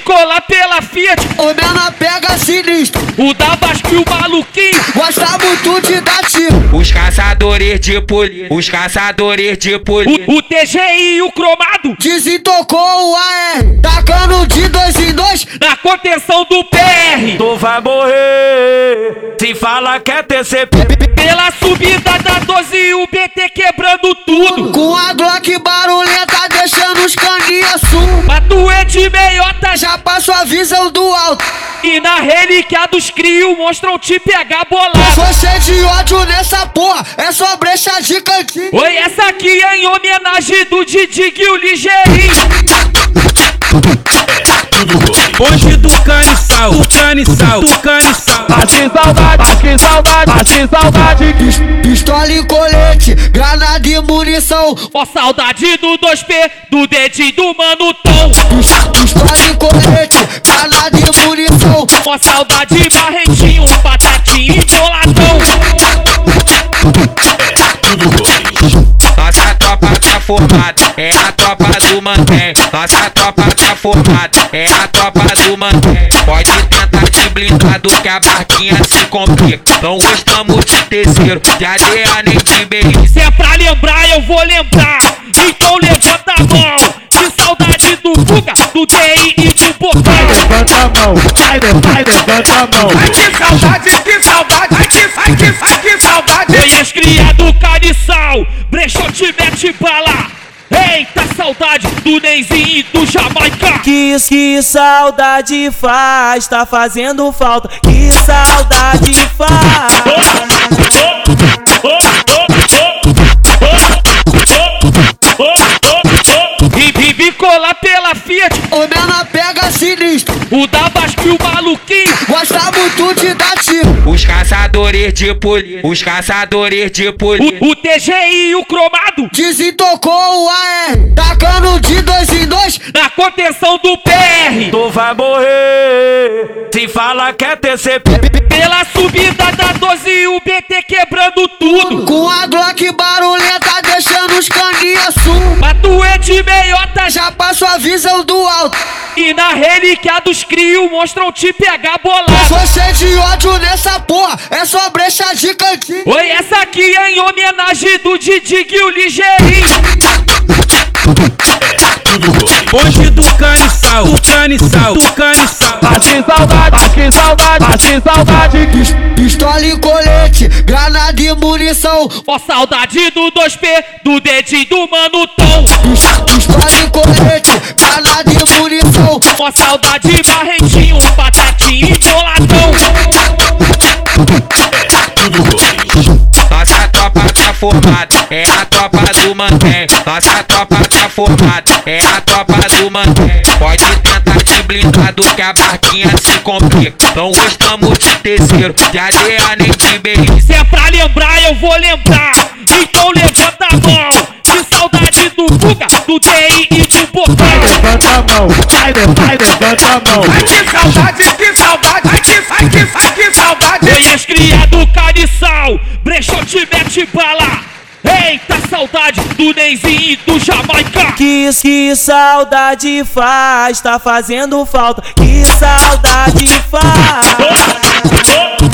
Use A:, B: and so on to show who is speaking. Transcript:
A: colar pela Fiat.
B: O menor pega sinistro,
A: O da Basque, o maluquinho.
B: gosta muito de dar tiro.
C: Os caçadores de polícia, os caçadores de polícia.
A: O, o TGI e o cromado.
B: Desentocou o AR, tacando de dois em dois.
A: Na contenção do PR.
D: Tu vai morrer se fala que é TCP.
A: Pela subida da 12 e o BT quebrando tudo.
B: Com a Glock barulhenta, deixando os caninha sul.
A: Matuente é meiota já.
B: Já passou a visão do alto.
A: E na relíquia dos crio mostram te pegar bolado.
B: Você de ódio nessa porra, é só brecha de cantinho.
A: Oi, essa aqui é em homenagem do Didi Gil Ligeirinho.
E: Hoje do caniçal, do caniçal, do caniçal.
B: Pis- Pistola e colete, granada e munição.
A: Ó saudade do 2P, do dedinho do Mano Tom.
B: Pis- Pistola e colete, granada e munição.
A: Ó saudade um barrentinho, batatinha e boladão.
C: Nossa tropa tá formada, é a tropa do Manguém. Nossa tropa tá formada, é a tropa do Manguém. Pode tentar te blindar do que a barquinha se complica. Não gostamos de terceiro, de aldeia nem de beijo.
A: Se é pra lembrar, eu vou lembrar. Então levanta a mão. De saudade do Fuga, do TI e do Bocão.
D: Que saudade, que saudade, ai que, ai que, ai que saudade.
A: Foi ex-criado caniçal, brechou te mete bala. Eita saudade do Neizinho e do Jamaica.
F: Que, que saudade faz, tá fazendo falta. Que saudade faz.
A: E vive colar pela Fiat,
B: O menor pega sinistro,
A: o da Basque, o maluquinho.
B: gosta muito de dar tiro.
C: Os caçadores de polícia, os caçadores de polícia.
A: O, o TGI e o cromado.
B: Desentocou o AR, tacando de dois em dois.
A: Na contenção do PR.
D: Tu vai morrer se fala que é TCP.
A: Pela subida da 12 e o BT quebrando tudo.
B: Com a Glock barulhenta, deixando os caninha sul.
A: Matuente é meiota já.
B: Já passou a visão do alto.
A: E na relíquia dos crio mostram te pegar bolado.
B: Você de ódio nessa porra, é só brecha de cantinho.
A: Oi, essa aqui é em homenagem do Didi Gil Ligeirinho.
E: Hoje do caniçal, do caniçal, do caniçal.
B: Pis- Pistola e colete, granada e munição.
A: Ó saudade do 2P, do dedinho do Mano Tom.
B: Pis- Pistola e colete, granada e munição.
A: Ó saudade barrentinho, batatinha e boladão.
C: Nossa tropa tá formada, é a tropa do Manguém. Nossa tropa tá formada, é a tropa do Manguém. Pode tentar te blindar do que a barquinha se complica. Não gostamos de terceiro, de aldeia nem de beijo.
A: Se é pra lembrar, eu vou lembrar. Então levanta a mão. De saudade do Fuga, do TI e do Bocão.
D: Ai que saudade, que saudade, ai que, ai que, ai que saudade.
A: Foi ex-criado caniçal, brechou te mete bala. Eita saudade do Neizinho e do Jamaica.
F: Que, que saudade faz, tá fazendo falta. Que saudade faz.